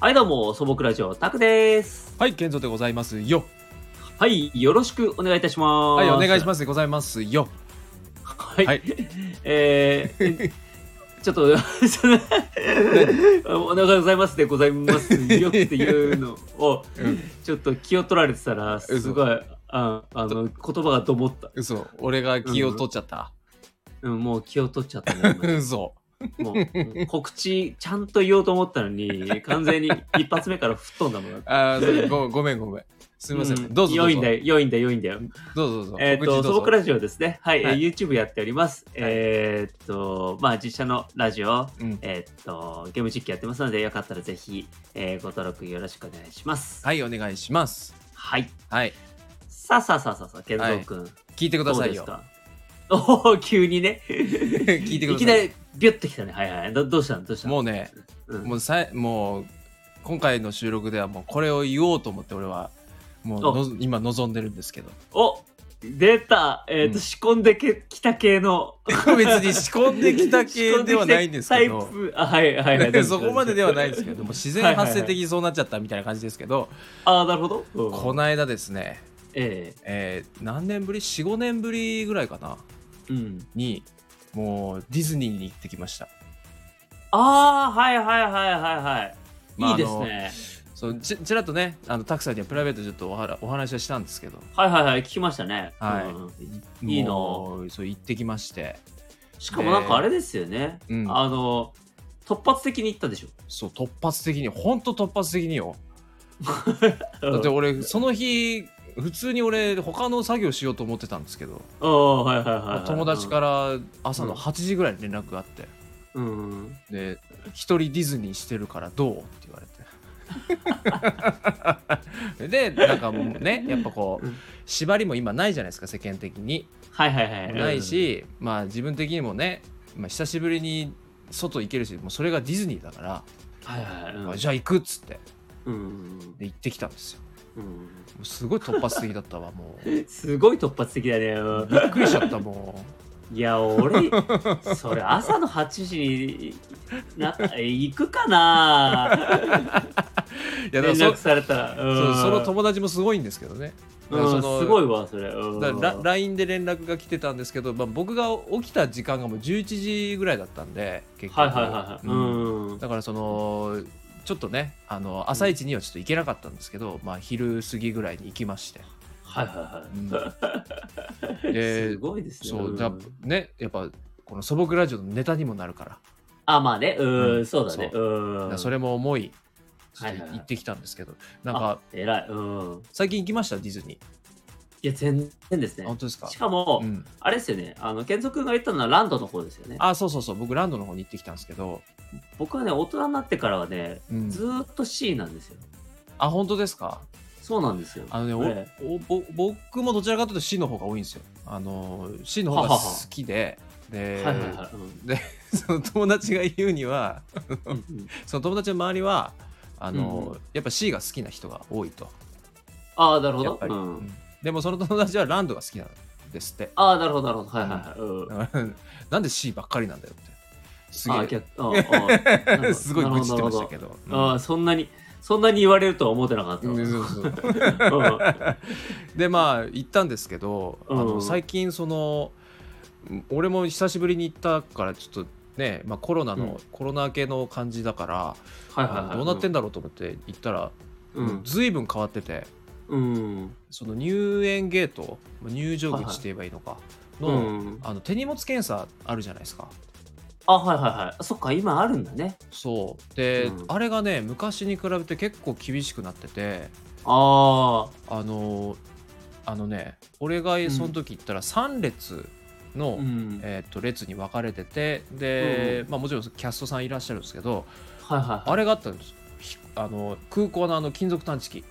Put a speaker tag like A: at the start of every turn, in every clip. A: はい、どうも、素朴ラジオ、タクです。
B: はい、健三でございますよ。
A: はい、よろしくお願いいたします。
B: はい、お願いし
A: す。
B: ますでございますよ。
A: はい。
B: はい
A: えー、 ちょっと、それお願いございますでございますよっていうのを、
B: うん、
A: ちょっと気を取られてたら、すごい、ああの、言葉がどもった。
B: 嘘、俺が気を取っちゃった。
A: うん、もう気を取っちゃったね。 今
B: 嘘。
A: もう告知ちゃんと言おうと思ったのに完全に一発目から吹っ飛んだもん
B: あーごごめんごめん。す
A: す
B: みません。どうぞど
A: 良
B: う
A: いん
B: ぞ。
A: だよ、良いんだよ、良いんだよ。
B: どうぞどうぞ。
A: えっ、
B: 告
A: と、
B: 知ど
A: 素
B: う
A: 朴
B: ぞ。
A: ラジオですね。はい、え
B: はい
A: ー YouTube やっております。えっ、と、まあ、実写のラジオ、
B: うん
A: えっ、と、ゲーム実況やってますので、よかったらぜひ、えーご登録よろしくお願いします。
B: はい、お願いします。
A: はい。
B: はい、
A: さあさあさあさあさあ、健三くん、
B: 聞いてくだ
A: どう
B: さ
A: で
B: い
A: す
B: よ。
A: か おお、急にね。
B: 聞いてく
A: い
B: ださい。
A: きなり、ビュッときたね。はいはい。どどうしたのどうしたの
B: もうね、
A: うん
B: もうさいもう今回の収録ではもうこれを言おうと思って俺はもうのぞ今望んでるんですけど。
A: お出た、えっ、と、
B: うん
A: 仕込んでけきた系の。
B: 別に仕込んできた系ではないんですけ
A: 仕
B: ど
A: 込。んできたタイプ。あ、 はいはいはい。
B: そこまでではないですけども自然発生的にそうなっちゃったみたいな感じですけど、
A: ああ、なるほど。うん
B: こないだですね、
A: え
B: えー何年ぶり45年ぶりぐらいかな
A: えうん。
B: にもうディズニーに行ってきました、
A: ああ、はいはいはいはいはい。
B: まあ
A: いいですね。
B: そうちちらっとねあのタクさんにはプライベートでちょっとおはらお話はしたんですけど、
A: はいはいはい、聞きましたね。
B: はい
A: うん
B: もう
A: いいな
B: そう行ってきまして、
A: しかもなんかあれですよね。
B: うん、
A: あの、突発的に言ったでしょ。
B: そう突発的にほんと突発的によだ
A: だ
B: って俺その日普通に俺他の作業しようと思ってたんですけど
A: はいはいはいはい。。
B: 友達からら朝
A: う
B: の
A: ん
B: 8時ぐらいに連絡があって、
A: うん。
B: で「一人ディズニーしてるからどう?」って言わ れてでなんかもうねやっぱこう
A: うん
B: 縛りも今ないじゃないですか世間的に
A: はいはいはい。
B: ない、し、まあ自分的にもね、まあ、久しぶりに外行けるしもうそれがディズニーだから、
A: はいはい
B: ま
A: は
B: あ
A: い。
B: じゃあ行くっつって
A: うんうん
B: で行ってきたんですよ
A: うん
B: もうすごい突発的だったわもう
A: うん。すごい突発的だね。うん
B: びっくりしちゃったも
A: いや、俺、それ朝の8時にな行くかな
B: ういや
A: 連
B: だから
A: 絡
B: そ
A: されたら。
B: そううんその友達もすごいんですけどねだから
A: う
B: そ
A: ん
B: の
A: すごいわ、それ。うん
B: だからラ LINE で連絡が来てたんですけど、まあ、僕が起きた時間がもう11時ぐらいだったんで結
A: はいはいはいはい。
B: うん
A: うん。
B: だからそのちょっとねあの朝一にはちょっと行けなかったんですけど、まあ、昼過ぎぐらいに行きまして、
A: はいは
B: うん
A: いはい。
B: です
A: ごいですね。
B: そう
A: うん
B: だねやっぱこの素朴ラジオのネタにもなるから,、
A: あ、まあね、う、
B: うんん
A: そうだね。
B: そうだから
A: ん。
B: それも思いちょっと
A: はいはいはい
B: 行ってきたんですけど、
A: な
B: なんか
A: えらい。うん。
B: 最近行きましたディズニ
A: いや、全然です
B: ー
A: ね
B: 本。当ですか
A: しかも、
B: うん、
A: あれですよね、あの、健三君が言ったのはランドの方ですよね。
B: あそうそうそう僕ランドの方に行ってきたんですけど、
A: 僕はね、大人になってからはね、
B: うん
A: ずーっと C なんですよ。
B: あ本当ですか
A: そうなんですよ。
B: あのね、
A: え
B: おおぼ僕もどちらかというと C の方が多いんですよ。あの C の方が好きで、
A: え
B: で、
A: はいはいはい。うん
B: その友達が言うには、
A: うんうん
B: その友達の周りは、あの
A: う
B: やっぱ C が好きな人が多いと。
A: ああ、なるほ
B: や
A: ど。
B: っぱ
A: う
B: り、
A: ん。
B: でもその友達はランドが好きなんですって。
A: ああ、なるほど、なるほど。はいはいはいうん。
B: だからなんで C ばっかりなんだよって。す
A: あ
B: げ
A: あ、
B: え。
A: 逆ああああ
B: すごい愚痴ってましたけど。うん
A: ああ、そんなに、そんなに言われるとは思ってなかったわ。
B: うんそう そう
A: うん
B: でまあ行ったんですけど、あ
A: うん
B: の最近そのうん俺も久しぶりに行ったからちょっとね、まあ、コロナの、
A: うん
B: コロナ明けの感じだから、
A: はいはいはい。
B: どうなってんだろうと思って行ったら、
A: うん。
B: 随分変わってて
A: うん。
B: その入園ゲート入場口って言えばいいのか、の,、
A: うん
B: あの手荷物検査あるじゃないですか。
A: あ、はいはいはい。そっか、今あるんだね。
B: そうで、
A: うん
B: あれがね昔に比べて結構厳しくなってて
A: あ
B: あのあのね俺がその時行ったら3列の、
A: あ。うん。
B: えー、と列に分かれててで、
A: うん
B: まあ、もちろんキャストさんいらっしゃるんですけど
A: はいはいはい。
B: あれがあったんですひあの空港のあの金属探知機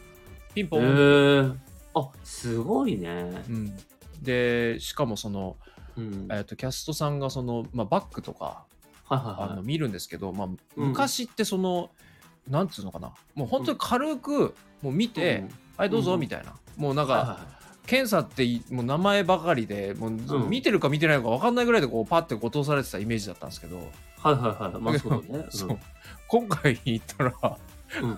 B: ピンポ
A: へ
B: ン、
A: ーあ、すごいね。
B: うんでしかもその、
A: うん。は
B: え
A: い
B: ー、とキャストさんがその、まあ、バッグとかあ
A: はい
B: の
A: はい。
B: 見るんですけど、まあ、昔ってその、なんつうのかなもう本当に軽くもう見て「
A: うん
B: はいどう
A: う
B: ぞ」
A: ん
B: みたいな、もうなんか、
A: はいはいはい
B: 検査っていもう名前ばかりでもう、
A: ん
B: 見てるか見てないのか分かんないぐらいでこうパッてこう通されてたイメージだったんですけど。
A: はいはいはい。まあそうだね。
B: そう今回行ったら
A: うん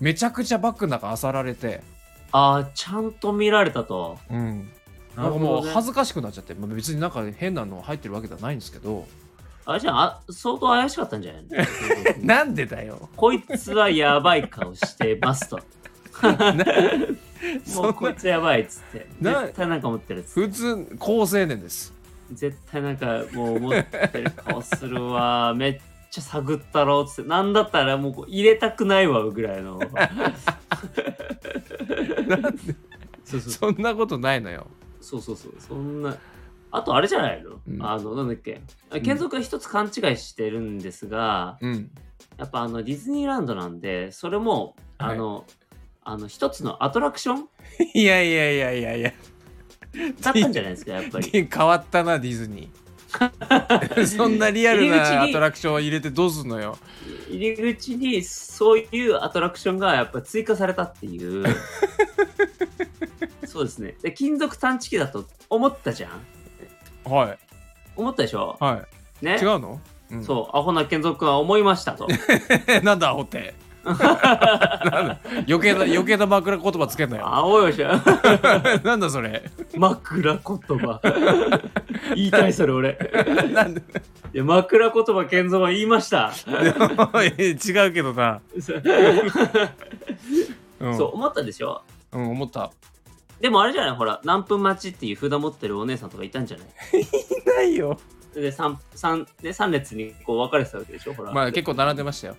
B: めちゃくちゃバッグの中漁られて、
A: ああ、ちゃんと見られたと。
B: うん、
A: な
B: な
A: るほ
B: んかも
A: ど
B: う
A: ね
B: 恥ずかしくなっちゃって、まあ別になんか変なの入ってるわけじゃないんですけど
A: あれじゃんあ、相当怪しかったんじゃないの
B: なんでだよ
A: こいつはやばい顔してますと。
B: そ ん
A: も
B: な
A: うこいつやばいっつって。
B: な
A: 絶対なんか持ってるっつっ
B: 普
A: て。
B: 通高青年です
A: 絶対なんかもう持ってる顔するわ。 めっちゃ探ったろうっつって。なんだったらもうこう入れたくないわぐらいの。
B: なんで
A: そうそう
B: そんなことないのよ
A: そうそうそう。そんな。あとあれじゃないの、
B: うん
A: あの、なんだっけ。あ健三君一つ勘違いしてるんですが、
B: うん
A: やっぱあのディズニーランドなんで、それも、あの、あの一つのアトラクション
B: いやいやいやいやいや
A: だったんじゃないですか、やっぱり。
B: 変わったなディズニ ーそんなリアルなアトラクションを入れてどうすんのよ
A: 入り口にそういうアトラクションがやっぱ追加されたっていう そうですねで金属探知機だと思ったじゃん
B: は
A: 思ったでしょ
B: いは
A: ね
B: い違うの、うん
A: そうアホな健三君は思いましたと
B: なんだアホってなんだ余計な余計な枕言葉つけんなよ
A: あおよしゃ
B: なんだそれ
A: 枕言葉 言いたいそれ俺
B: なんで
A: いや枕言葉健三は言いました
B: 違うけどな、
A: そう
B: うん、
A: そう思ったでしょ
B: う、ん、思った
A: でもあれじゃないほら何分待ちっていう札持ってるお姉さんとかいたんじゃない
B: いないよ
A: で 3, 三で三列にこう分かれてたわけでしょほら
B: まあ結構並んでましたよ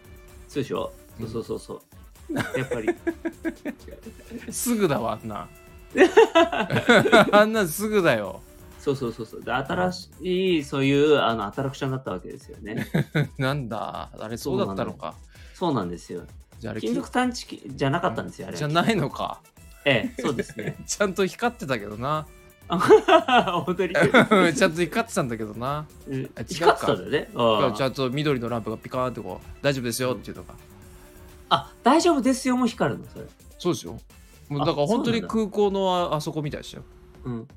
A: そうでしょ、う
B: うん
A: そうそうそう やっぱり
B: すぐだわあん なあんなんすぐだよ
A: そうそうそうそうで新しいそういうあのアトラクションだったわけですよ ね
B: なんだあれそうだったのか
A: そうなんですよ
B: じゃああれ
A: 金属探知機じゃなかったんですよあれ
B: じゃないのか
A: ええそうです ね
B: ちゃんと光ってたけどな
A: 本当に
B: うんちゃんと光ってたんだけどな
A: うん
B: あ違うか
A: 光ってたんだよねあ
B: ちゃんと緑のランプがピカーンってこう大丈夫ですよっていうのが
A: あ大丈夫ですよもう光るのそれ
B: そうですよもう
A: あ
B: だから本当
A: そう
B: に
A: なんだ
B: 空港のああそこみたいでしたよ
A: うん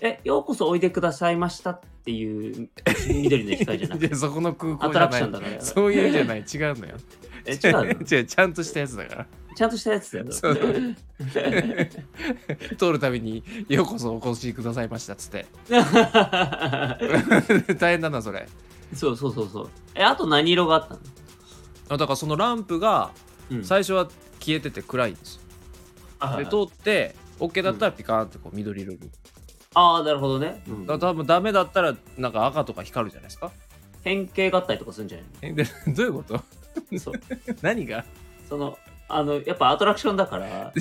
A: えようこそおいでくださいましたっていう緑の光じゃなくて
B: で そこの空港
A: ア
B: じ
A: ト
B: ゃ
A: ラクション
B: な
A: だから
B: いそういうんじゃない違うのよ
A: え違うの
B: 違うちゃんとしたやつだから
A: ちゃんとしたやつだよ
B: そう通るたびに「ようこそお越しくださいました」っつって 大変だなそれ
A: そうそうそうそうえあと何色があったの
B: あだからそのランプが
A: うん
B: 最初は消えてて暗いんですよ
A: あ
B: で通って OK だったらピカーンってこう緑色に
A: ああなるほどね、うん
B: だから多分ダメだったらなんか赤とか光るじゃないですか
A: 変形合体とかするんじゃない
B: えでどういうこと
A: のそう
B: 何が
A: そのあのやっぱアトラクションだ から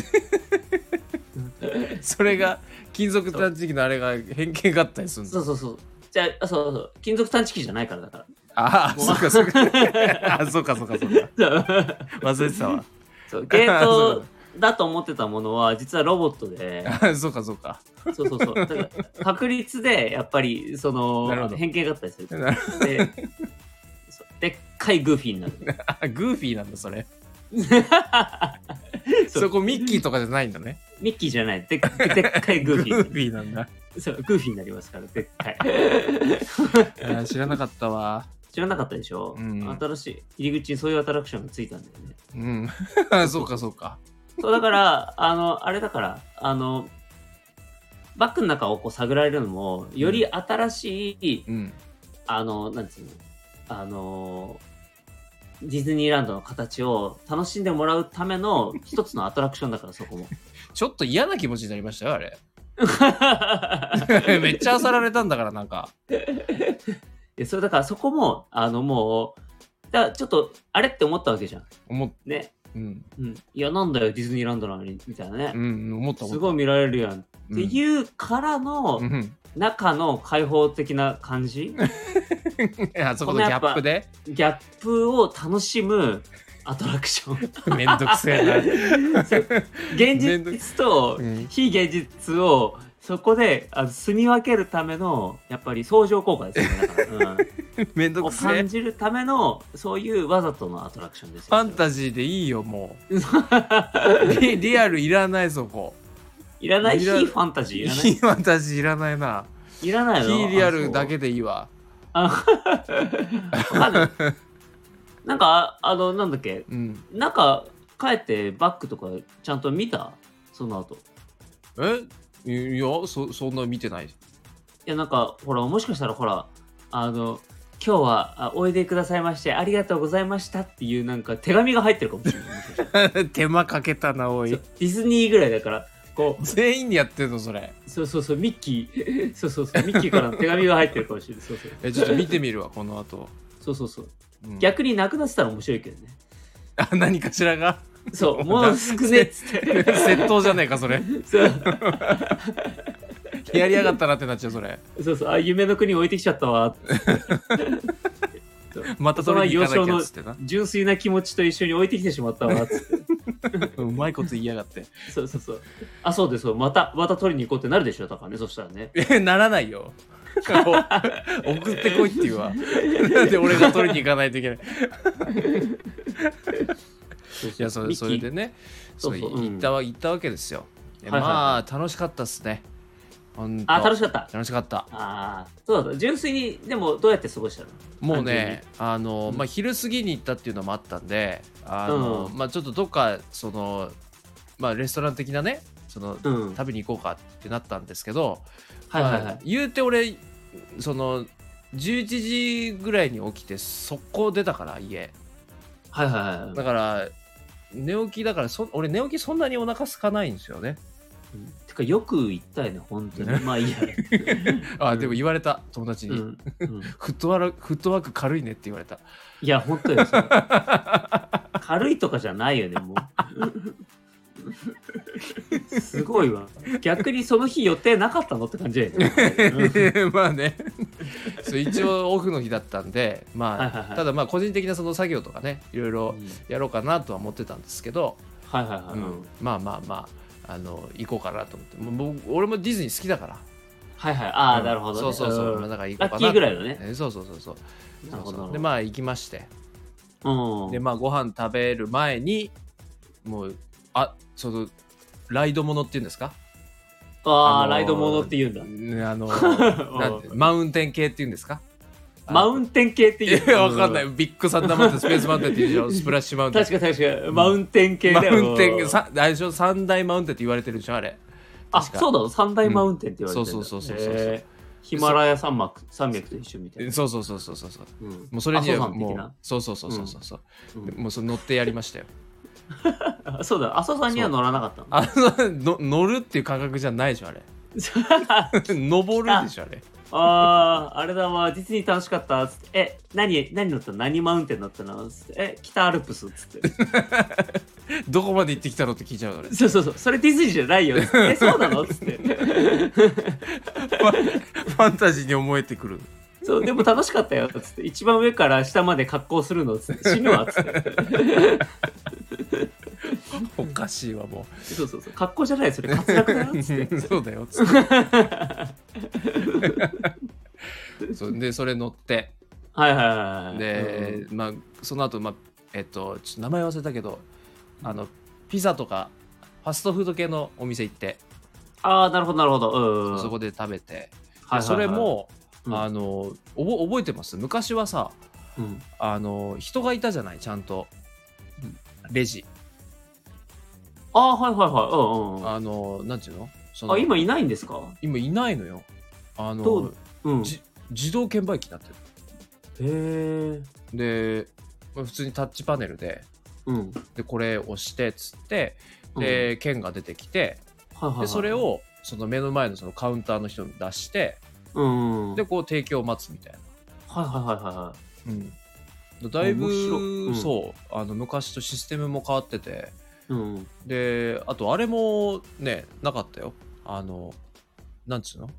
B: それが金属探知機のあれが変形合体するんだ
A: そうそうそうじゃあそうそう金属探知機じゃないからだか
B: ああ
A: もう
B: そうかそうか あそうかそうかそうから 忘れてたわ
A: そうゲー
B: そう
A: トだと思ってたものは実はロボット で
B: あそうかそうか
A: そうそうそうだから確率でやっぱりそ
B: なるほ
A: の
B: ど
A: 変形合体する
B: な
A: でそうでっかいグーフィーにな る
B: あグーフィーなんだそれ
A: そう
B: そこミッキーとかじゃないんだね
A: ミッキーじゃないでっでっかいグー
B: グ
A: フィーになる
B: ーフィーなんだ
A: そうグーフィーになりますからでっかい
B: あー知らなかったわ
A: 知らなかったでしょ、
B: うん
A: 新しい入り口にそういうアトラクションがついたんだよね。
B: うん あそうかそうか
A: そうだから、 あの、あれだから、あの、バッグの中をこう探られるのも、より新しい、
B: うん
A: あの、なんつうの、あの、ディズニーランドの形を楽しんでもらうための一つのアトラクションだから、そ こも。
B: ちょっと嫌な気持ちになりましたよあ れめっちゃ漁られたんだからなんか
A: でそれだから、そこも、あの、もう、だからちょっと、あれって思ったわけじゃん。
B: 思っ
A: ね。
B: うん、
A: うん。いや、なんだよ、ディズニーランドなのに、みたいなね。
B: うん、思った思
A: す
B: っ
A: ごい見られるやんったていうからの
B: うんうん
A: 中の開放的な感じ、
B: あそこのギャップで
A: ギャップを楽しむアトラクショ ン
B: めんどくせえ
A: そう現
B: めんどく
A: 実と
B: うん
A: 非現実をそこであの住み分けるためのやっぱり相乗効果ですよねだから、
B: な めん
A: うん、
B: ど
A: を
B: くせえ
A: 感
B: フ
A: じるためのそういうわざとのアトラクションですよ
B: ァンタジーでいいよもう リリアルいらないそこ
A: いらない
B: い
A: 非
B: ら
A: ファンタジーいらない
B: 非ファンタジーいらないない
A: ら ないの
B: 非リアルだ
A: あ
B: けでいいわ
A: そうわかんないなんか、ああの、なんだっけ、
B: うん、
A: なんか、帰ってバックとかちゃんと見たその後。
B: えいやそそんな見てない
A: いや、なんか、ほら、もしかしたら、ほら、あの、今日はあおいでくださいまして、ありがとうございましたっていう、なんか、手紙が入ってるかもしれない。もしかしたら
B: 手間かけたなお
A: そうディズニーぐらいだから、こ
B: 全員でやってんのそれ
A: う、そうそうそう、ミッキー、 そうそうそう、ミッキーからの手紙が入ってるかもしれない。そうそう
B: えちょっと見てみるわこの後、
A: そうそうそう。
B: うん
A: 逆になくなってたら面白いけどね。
B: あ何かしらが
A: そう、もう少ねえっつって。
B: 窃盗じゃねえかそれ
A: そう
B: やりやがったなってなっちゃうそれ
A: そうそう、あ、夢の国置いてきちゃったわ。
B: また取りに行かなきゃっつってな
A: 純粋な気持ちと一緒に置いてきてしまったわ。つって
B: うまいこと言いやがって
A: そうそうそう。あ、そうですそう。また、また取りに行こうってなるでしょ、だからね、そしたらね。
B: えならないよ 送ってこいって言うわ なんで俺が取りに行かないといけない
A: そうそう
B: いやそ
A: ミッキ
B: そ
A: ー
B: れでねそう
A: そうそううん
B: 行ったわ行ったわけですよで
A: はいはい
B: まあ楽しかったっすねほんと
A: あ、楽しかった。
B: 楽しかった
A: ああ、そうだった。純粋に、でも、どうやって過ごしたの
B: もうね、あの、まあ、昼過ぎに行ったっていうのもあったんで、あの、
A: うん
B: まあ、ちょっとどっか、その。まあ、レストラン的なね、その、
A: うん。
B: 食べに行こうかってなったんですけど。
A: はいはいは
B: まあ
A: い。
B: 言うて、俺、その、11時ぐらいに起きて、速攻出たから、家。
A: はいはいはい
B: だ。から、寝起きだから、そ、俺寝起きそんなにお腹空かないんですよね。
A: うんてか、よく言ったよね、本当に。まあいいや。
B: あ、
A: うん
B: でも言われた、友達
A: う
B: に、
A: ん。うん
B: フットワーク、フットワーク軽いねって言われた。
A: いや、本当にそう軽いとかじゃないよね、もう。すごいわ。逆にその日予定なかったのって感じ だよね。
B: まあねそう一応オフの日だったんでまあ
A: はいはいはい
B: ただまあ個人的なその作業とかねいろいろやろうかなとは思ってたんですけど、
A: はいはいはい。
B: うんまあまあまああの行こうかなと思ってもう僕俺もディズニー好きだから
A: はいはい。ああ、
B: うん
A: なるほど、ね。
B: そうそうそう、
A: ん
B: まあだから行こ
A: ラ
B: うか
A: ッ
B: な
A: キーぐらいのね。
B: えそうそうそうそう
A: なるほど
B: そうそう
A: なるほど
B: でまあ行きまして
A: うん。
B: でまあご飯食べる前にもうあそのライドものっていうんですか
A: ああ、
B: あのー
A: ライドモードって言うんだ。
B: ねあの
A: うん
B: なんてマウンテン系っていうんですか
A: マ
B: ン
A: ウンテン系って
B: い
A: 言う
B: や、わかんない。
A: う
B: ビッグサンダーマウンテン、スペースマウンテンっていうでしょスプラッシュマウンテン。
A: 確か確か、マウンテン系だよ。
B: マウンテン、さあれでしょ三大マウンテンって言われてるでしょあれ。
A: あ、
B: 確か
A: そうだろ、三大マウンテンって言われてるんだ。
B: そうそうそうそうそう
A: へーヒマラヤ山脈山脈と一緒みたいな。
B: そうそうそうそうそうそう。
A: うん
B: もうそれに
A: 阿蘇
B: は
A: 山的
B: もう
A: な、
B: そうそうそうそうそうそう。
A: うん
B: もうそれ乗ってやりましたよ。
A: あそうだ、阿蘇さんには乗らなかったの
B: あのの 乗るっていう感覚じゃないでしょあれ。 登るでしょあれ。
A: ああ、あれだわ、実に楽しかったっつって。え、何、何乗ったの何マウンテン乗ったのつってえ、北アルプスっつって。
B: どこまで行ってきたのって聞いちゃうのね
A: そうそうそう、それディズニーじゃないよ。つってえ、そうなのつって。
B: ファファンタジーに思えてくる。
A: そう、でも楽しかったよ。つって。一番上から下まで格好するのつって。死ぬわ。つって。
B: おかしいわも
A: そうそうそう。格好じゃない、それ滑落だよ。つって
B: う。。 そう だよ。つって。そうでそれ乗って。
A: はいはいはいはい。
B: で、まあその後まあえっとちょっと名前忘れたけどあのピザとかファストフード系のお店行って、
A: ああ、なるほど、なるほど。うん。
B: そこで食べて、
A: はいはいはい
B: それ、も、
A: うん
B: あのおぼ覚えてます昔はさ
A: うん
B: あの人がいたじゃないちゃんとレジ、
A: ああ、はいはいはい。うんうん
B: あのなんていうのそ
A: うん。
B: の
A: あ、今いないんですか
B: 今いないのよあ
A: ど
B: の
A: ううん。へ
B: じ自動券売機になって
A: え。
B: るでまあ普通にタッチパネルで
A: うん。
B: でこれ押してっつって
A: うん
B: で、券が出てきて
A: はいはいはい
B: でそれ、をその目の前のそのカウンターの人に出して
A: うんうん、
B: でこう提供を待つみたいな、
A: はいはいはいはいはい。
B: だいぶ、
A: 面白いうん
B: そうあの昔とシステムも変わってて
A: うん、
B: であとあれもねなかったよあのなんつうの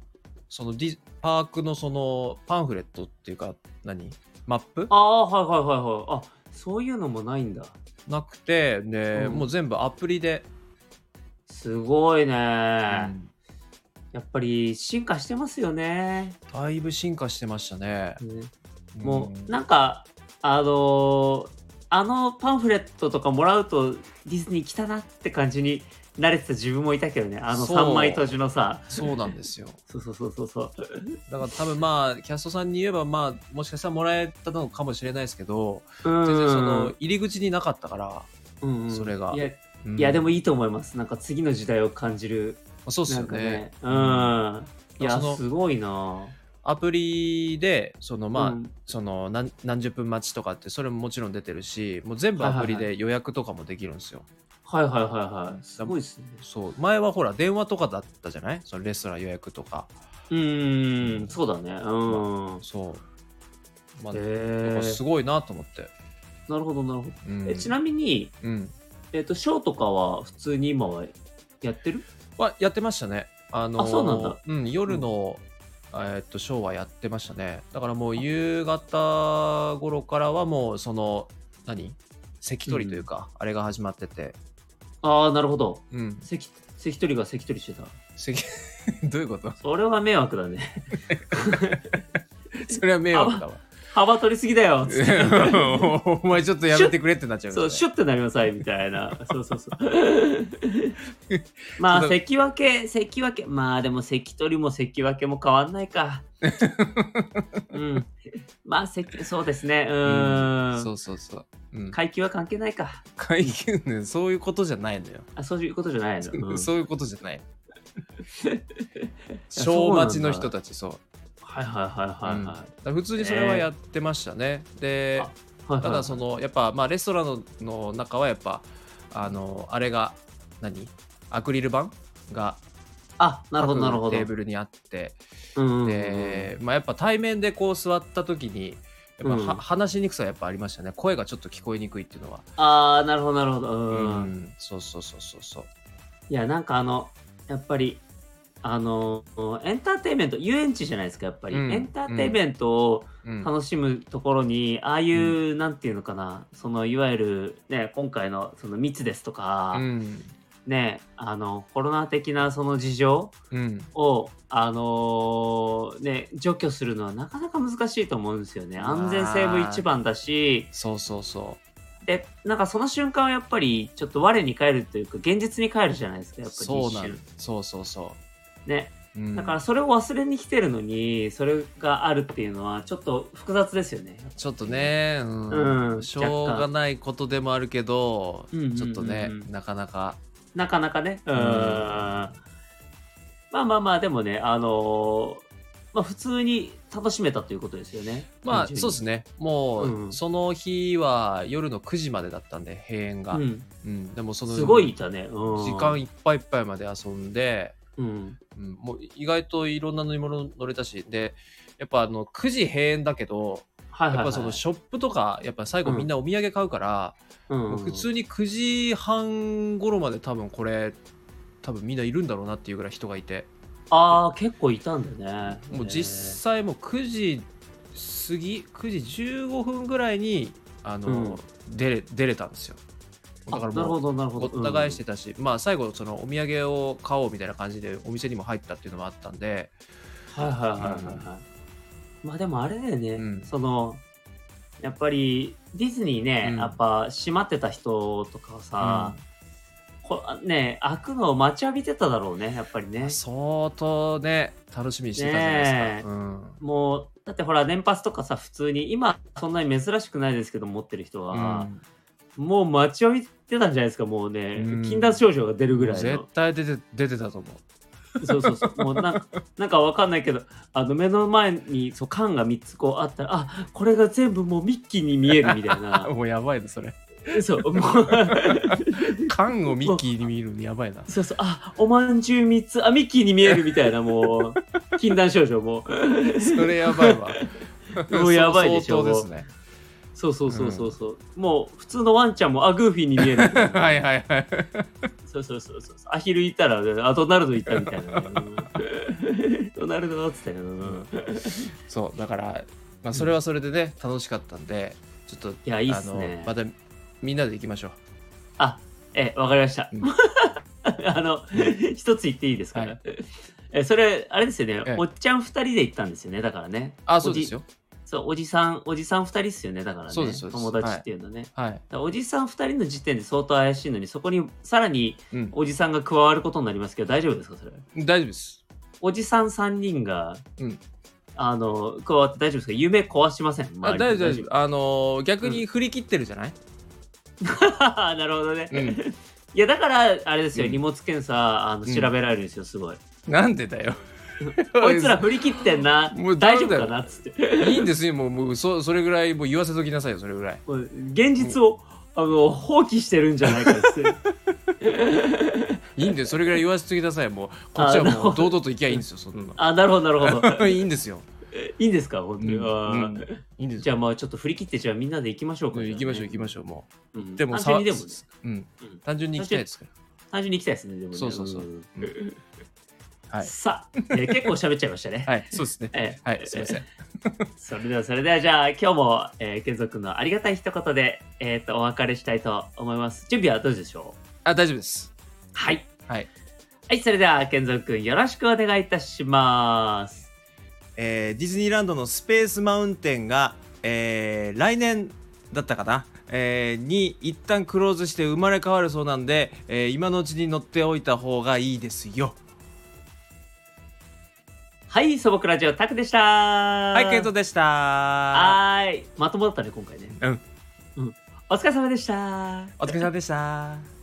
B: そのディパークのそのパンフレットっていうか何マップ
A: ああ、はいはいはいはい。あそういうのもないんだ。
B: なくてで、
A: うん
B: もう全部アプリで、
A: すごいね、
B: うん
A: やっぱり進化してますよね。
B: だいぶ進化してましたね、
A: も
B: ん
A: う、なんか、あのーあのパンフレットとかもらうとディズニー来たなって感じに慣れてた自分もいたけどねあの
B: そう
A: 3枚閉じのさ
B: そうなんですよ。
A: そうそうそうそうそう
B: だから多分まあ、キャストさんに言えば、まあ、もしかしたらもらえたのかもしれないですけど、
A: うん
B: 全然その、入り口になかったから、
A: うんうん
B: それが
A: いや,、
B: うん
A: いやでもいいと思いますなんか次の時代を感じる
B: そうっす
A: な
B: よ
A: んか
B: ね
A: ね。うんいや
B: その
A: すごいな
B: アプリで、そのまあ、
A: うん
B: その何何十分待ちとかって、それももちろん出てるし、もう全部アプリ
A: はいは
B: で予約とかもできるんですよ。
A: はいはいはいはいすごいですね
B: そう。前はほら、電話とかだったじゃないそのレストラン予約とか。
A: うんそうだねうん
B: そう。まあ、や
A: え
B: っぱすごいなと思って。
A: なるほどなるほど
B: うん
A: えちなみに
B: うん。
A: えっとショーとかは普通に今はやってる
B: はやってましたね。あのー
A: あそうなんだ
B: うん、夜の、えーっと、ショーはやってましたね。だからもう夕方頃からはもう、その、何関取というか、あれが始まってて。
A: ああなるほど
B: うん。
A: 関関取が関取してた
B: 関 どういう こと
A: それは迷惑だね
B: それは迷惑だわ。
A: 幅取りすぎだ よ
B: お前ちょっとやめてくれってなっちゃうか
A: そ
B: ら
A: う
B: ね
A: シュッてなりなさいみたい なそうそうそうまあ関脇関脇まあでも関取も関脇も変わんないか うんまあ関そうですねうーん
B: そうそうそう。うん、
A: 階級は関係ないか
B: 会議ね、そういうことじゃないのよ。
A: あそういうことじゃないの、うん
B: そういうことじゃ ない。小町の人たち、そう。
A: はいはいはいはいはい、
B: だから普通にそれはやってましたね。で、
A: はいはい
B: ただその、やっぱ、まあ、レストランのの中は、やっぱ、あの、あれが、何アクリル板が、
A: あなるほどなるほど
B: テーブルにあって、
A: うんうんうん
B: で、まあ、やっぱ対面でこう座った時に、やっぱは、
A: うん
B: 話しにくさはやっぱありましたね。声がちょっと聞こえにくいっていうのは。
A: ああなるほどなるほど
B: う
A: うん、
B: ん、そうそうそうそうそう。
A: いやなんかあのやっぱりあのエンターテインメント遊園地じゃないですかやっぱり、
B: うん
A: エンターテインメントを
B: うん、
A: 楽しむところに、ああいう、なんていうのかなそのいわゆるね今回のその密ですとか、
B: うん、
A: ねあのコロナ的なその事情
B: うん、
A: をあのーね除去するのはなかなか難しいと思うんですよね
B: うわー
A: 安全性も一番だし
B: そうそうそ
A: でなんかその瞬間はやっぱりちょっと我に返るというか現実に返るじゃないですか
B: う。
A: やっぱり
B: そう
A: 一
B: な
A: 瞬
B: んそうそうそ
A: ね
B: う。うん、
A: だからそれを忘れに来てるのにそれがあるっていうのはちょっと複雑ですよね。
B: ちょっとね、うん
A: うん
B: しょうがないことでもあるけど、
A: うんうんうんうん
B: ちょっとね、なかなか、
A: なかなかね。うーん
B: うん
A: まあまあまあでもねあのーまあ普通に楽しめたということですよね。
B: まあそうです
A: ね。
B: ね、もう、
A: うん
B: その日は夜の9時までだったんで、閉園が。
A: う
B: うん
A: ん、
B: でもその
A: すごいいたね。うん、
B: 時間いっぱいいっぱいまで遊んで、
A: うん、
B: うん、もう意外といろんな乗り物乗れたし、で、やっぱあの9時閉園だけど、
A: はいはい、
B: や
A: はい、
B: っぱそのショップとか、やっぱ最後みんなお土産買うから、
A: うん
B: もう普通に9時半頃まで多分これ、多分みんないるんだろうなっていうぐらい人がいて。
A: ああ結構いたんだね。
B: もう実際もう9時過ぎ9時15分ぐらいにあの、出れ出れたんですよだから
A: あなる
B: も
A: ほ
B: う
A: どなるほ
B: ご
A: ど。
B: った返してたし、まあ最後そのお土産を買おうみたいな感じでお店にも入ったっていうのもあったんで
A: はいはいはいはいはい。まあでもあれだよね、
B: うん
A: そのやっぱりディズニーね、
B: うん
A: やっぱ閉まってた人とかはさ、こあね開くのを待ちわびてただろうねやっぱりね。
B: 相当ね楽しみにしてたじゃないで
A: ね
B: す
A: え
B: か、うん
A: もうだってほら年パスとかさ普通に今そんなに珍しくないですけど持ってる人は、もう待ちわびてたんじゃないですかもうね、
B: うん
A: 禁断症状が出る
B: うん
A: ぐらい
B: 絶
A: の
B: 対出て出てたと思う
A: そうそうそうもうなんかなんかわかんないけどあの目の前にそう缶が3つこうあったらあこれが全部もうミッキーに見えるみたいな
B: あもうやばいなそれ
A: そう、もう
B: 缶をミッキーに見るのやばいな
A: そうそう、あ、おまんじゅう3つ、あ、ミッキーに見えるみたいな、もう、禁断症状もう。
B: それやばいわ
A: もうやばいでしょ
B: 相当ですね
A: そうそうそうそうそう、もう、普通のワンちゃんも、あ、グーフィーに見えるみたいな。
B: はいはいはい
A: そうそうそうそう。アヒルいたら、あ、ドナルドいたみたいなね、うんドナルドだっつったよ、うん
B: そうだから、まあ、それはそれでね、楽しかったんでちょっとい
A: やいいっすね
B: またみんなで行きましょ
A: あ、え、わかりました
B: うん。
A: あの、一つ言っていいですか、
B: はい
A: え、それ、あれですよ
B: ええ
A: ね、おっちゃん二人で行ったんですよね、だからね。
B: うあそうです
A: よ。
B: よ
A: そう、おじさん、おじさん2人っすよね、だからね。
B: そうですそうです
A: 友達っていうのね。
B: はい。
A: だからおじさん2人の時点で相当怪しいのに、そこにさらに
B: うん。
A: おじさんが加わることになりますけど、大丈夫ですか、それ。
B: 大丈夫です。
A: おじさん3人が、
B: うん
A: あの、加わって大丈夫ですか夢壊しません。周り
B: あ大丈夫、大丈夫。あのー逆に振り切ってるじゃない、
A: なるほどね。
B: うん
A: いや、だから、あれですよ、
B: うん
A: 荷物検査、あの、
B: うん
A: 調べられるんですよ、すごい。
B: なんでだよ。
A: こいつら振り切ってんな
B: もう、
A: 大
B: ダメ
A: 丈夫
B: だよ
A: かなっつって。
B: いいんですよ、もう、もうそそれぐらい、もう言わせときなさいよ、それぐらい。
A: もう現実を、あの、放棄してるんじゃないかっつって。
B: いいんです、それぐらい言わせときなさい。もう、こっちは
A: あなる
B: も
A: ほ
B: う、
A: ど
B: 堂々と行きゃいいんですよ、そんな。
A: あ、なるほど、なるほど。
B: いいんですよ。
A: いいんですか、本当に。
B: うん
A: あー
B: うんいいんです
A: じ
B: よ。
A: ゃあまあちょっと振り切ってじゃあみんなで行きましょうか。
B: うん行きましょう、行きま
A: し
B: しょう、も
A: ょうん。
B: う。
A: で
B: で
A: も
B: も、
A: 単純にでもね、
B: うん
A: うん。
B: 単純に行きたいですから。
A: 単純に行きたいですね。でもね
B: そうそうそうんうんはい
A: さあ、えー結構喋っちゃいましたね。
B: はい、そうですね。
A: ええ
B: はい、すいません。
A: それではそれではじゃあ今日も、えー、ケンゾくんのありがたい一言で、えー、とお別れしたいと思います。準備はどうでしょう
B: あ、大丈夫です。
A: はい。
B: はい。
A: はい、それではケンゾくんよろしくお願いいたします。
B: えーディズニーランドのスペースマウンテンが、えー来年だったかな、えーに一旦クローズして生まれ変わるそうなんで、えー今のうちに乗っておいた方がいいですよ。
A: はい、素朴ラジオタクでした。は
B: はい、ケイトでした。
A: はーい。まともだったね、今回ね。
B: うん。
A: うん。お疲れ様でした。
B: お疲れ様でした。